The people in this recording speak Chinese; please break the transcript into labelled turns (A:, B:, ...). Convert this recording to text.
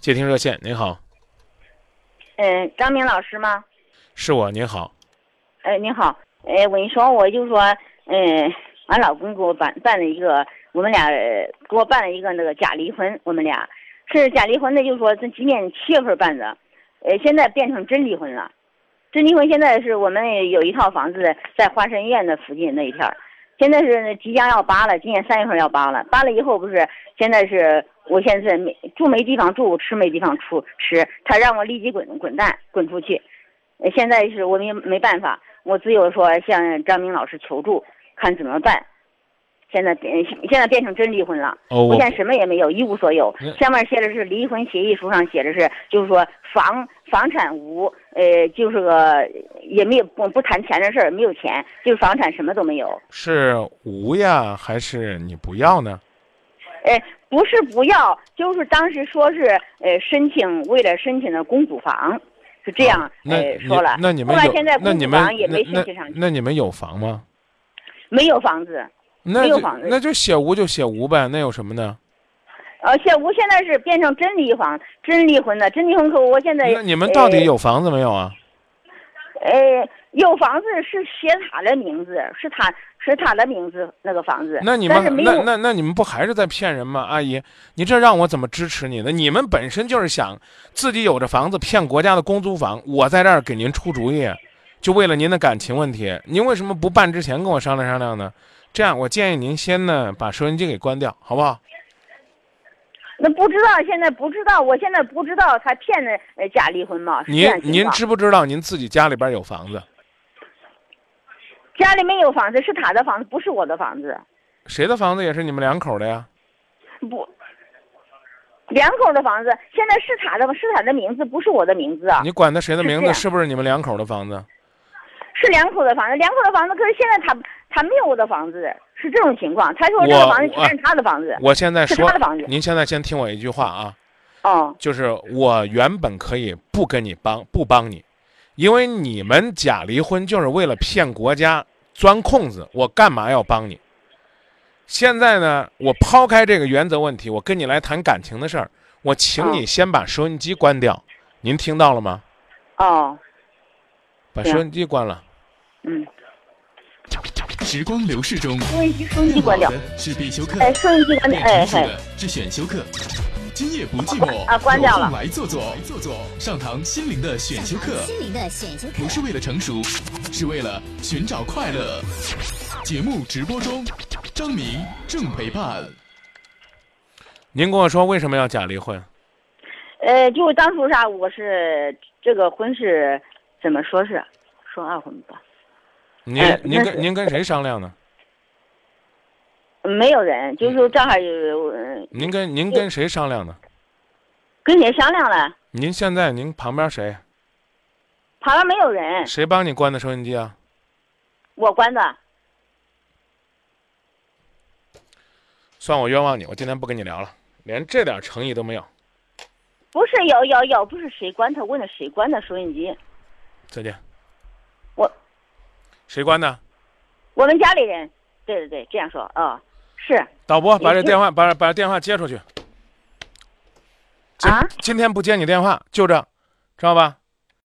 A: 接听热线，您好，
B: 嗯，张明老师吗？
A: 是我，您好，
B: 哎，你好，哎，我跟你说，我就说，嗯，俺老公给我办办了一个，我们俩呃给我办了一个那个假离婚，我们俩是假离婚的，就说这今年七月份办的，呃，现在变成真离婚了。真离婚现在是我们有一套房子在花山苑那附近那一片儿，现在是即将要扒了，今年三月份要扒了，扒了以后不是现在是我现在没住没地方住，吃没地方出吃，他让我立即滚滚蛋滚出去。呃现在是我没没办法，我只有说向张明老师求助，看怎么办。现在变现在变成真离婚了，
A: 哦，
B: 我
A: 我
B: 现在什么也没有，一无所有
A: 嗯。
B: 上面写的是离婚协议书上写的是，就是说房房产无，呃，就是个也没有不不谈钱的事儿，没有钱，就是房产什么都没有。
A: 是无呀，还是你不要呢？
B: 哎，不是不要，就是当时说是呃申请为了申请的公主房，是这样、
A: 啊那
B: 呃
A: 你
B: 说了。
A: 那你们
B: 后来
A: 有
B: 现在
A: 那你
B: 公主
A: 们
B: 房也没
A: 那
B: 申请上
A: 那
B: 去
A: 那你们有房吗？
B: 没有房子。
A: 那
B: 没有
A: 就
B: 房子
A: 那就写无就写无呗，那有什么呢？
B: 呃，现我现在是变成真离婚，真离婚的，真离婚可我现在
A: 那你们到底
B: 呃
A: 有房子没有啊？
B: 呃，有房子是写他的名字，是他是他的名字那个房子，
A: 那你
B: 但是
A: 们
B: 没
A: 那
B: 有
A: 那那你们不还是在骗人吗？阿姨，你这让我怎么支持你呢？你们本身就是想自己有着房子骗国家的公租房，我在这儿给您出主意，就为了您的感情问题，您为什么不办之前跟我商量商量呢？这样，我建议您先呢把收音机给关掉，好不好？
B: 那不知道现在不知道，我现在不知道他骗的呃假离婚吗？是这
A: 您
B: 样情
A: 您
B: 况
A: 知不知道您自己家里边有房子？
B: 家里没有房子，是他的房子，不是我的房子，
A: 谁的房子也是你们两口的呀？
B: 不。两口的房子现在是他的，是他的名字，不是我的名字啊，
A: 你管他谁的
B: 是
A: 名
B: 这
A: 字？
B: 样
A: 是不是你们两口的房子？
B: 是两口的房子，两口的房子，可是现在他他没有我的房子，是这种情况。他说这个
A: 我
B: 房子
A: 我
B: 全是他的房子，
A: 我现在
B: 是
A: 说
B: 他的房子，
A: 您现在先听我一句话啊。
B: 哦，
A: 就是我原本可以不跟你帮，不帮你，因为你们假离婚就是为了骗国家钻空子，我干嘛要帮你？现在呢，我抛开这个原则问题，我跟你来谈感情的事儿。我
B: 嗯
A: 请你先把收音机关掉，您听到了吗？
B: 哦，
A: 把
B: 对啊
A: 收音机关了。
B: 嗯，
C: 时光流逝中，
B: 收音机收音机
C: 更好
B: 关掉
C: 的，是必修课，
B: 哎，收音机关掉，
C: 更
B: 哎
C: 成熟
B: 嘿。
C: 的是选修课。今夜不寂寞，
B: 啊关掉了
C: 有空来坐坐，坐坐，上堂心灵的选修课，
D: 心灵的选修课
C: 不。是为了成熟，是为了寻找快乐。节目直播中，张明正陪伴。
A: 您跟我说为什么要假离婚？
B: 呃，就当初啥，我是这个婚是怎么说是说二婚吧，
A: 您
B: 哎
A: 您
B: 那是
A: 跟您跟谁商量呢？
B: 没有人，就是说正好有、呃
A: 您跟您跟谁商量呢？
B: 跟谁商量了，
A: 您现在您旁边谁？
B: 旁边没有人，
A: 谁帮你关的收音机啊？
B: 我关的，
A: 算我冤枉你，我今天不跟你聊了，连这点诚意都没有。
B: 不是有有有，不是谁关他，问的谁关的收音机，
A: 再见。
B: 我
A: 谁关的？
B: 我们家里人，对对对，这样说啊、是
A: 导播，
B: 你
A: 把这
B: 你
A: 电话把把电话接出去。今
B: 啊，
A: 今天不接你电话，就这，知道吧？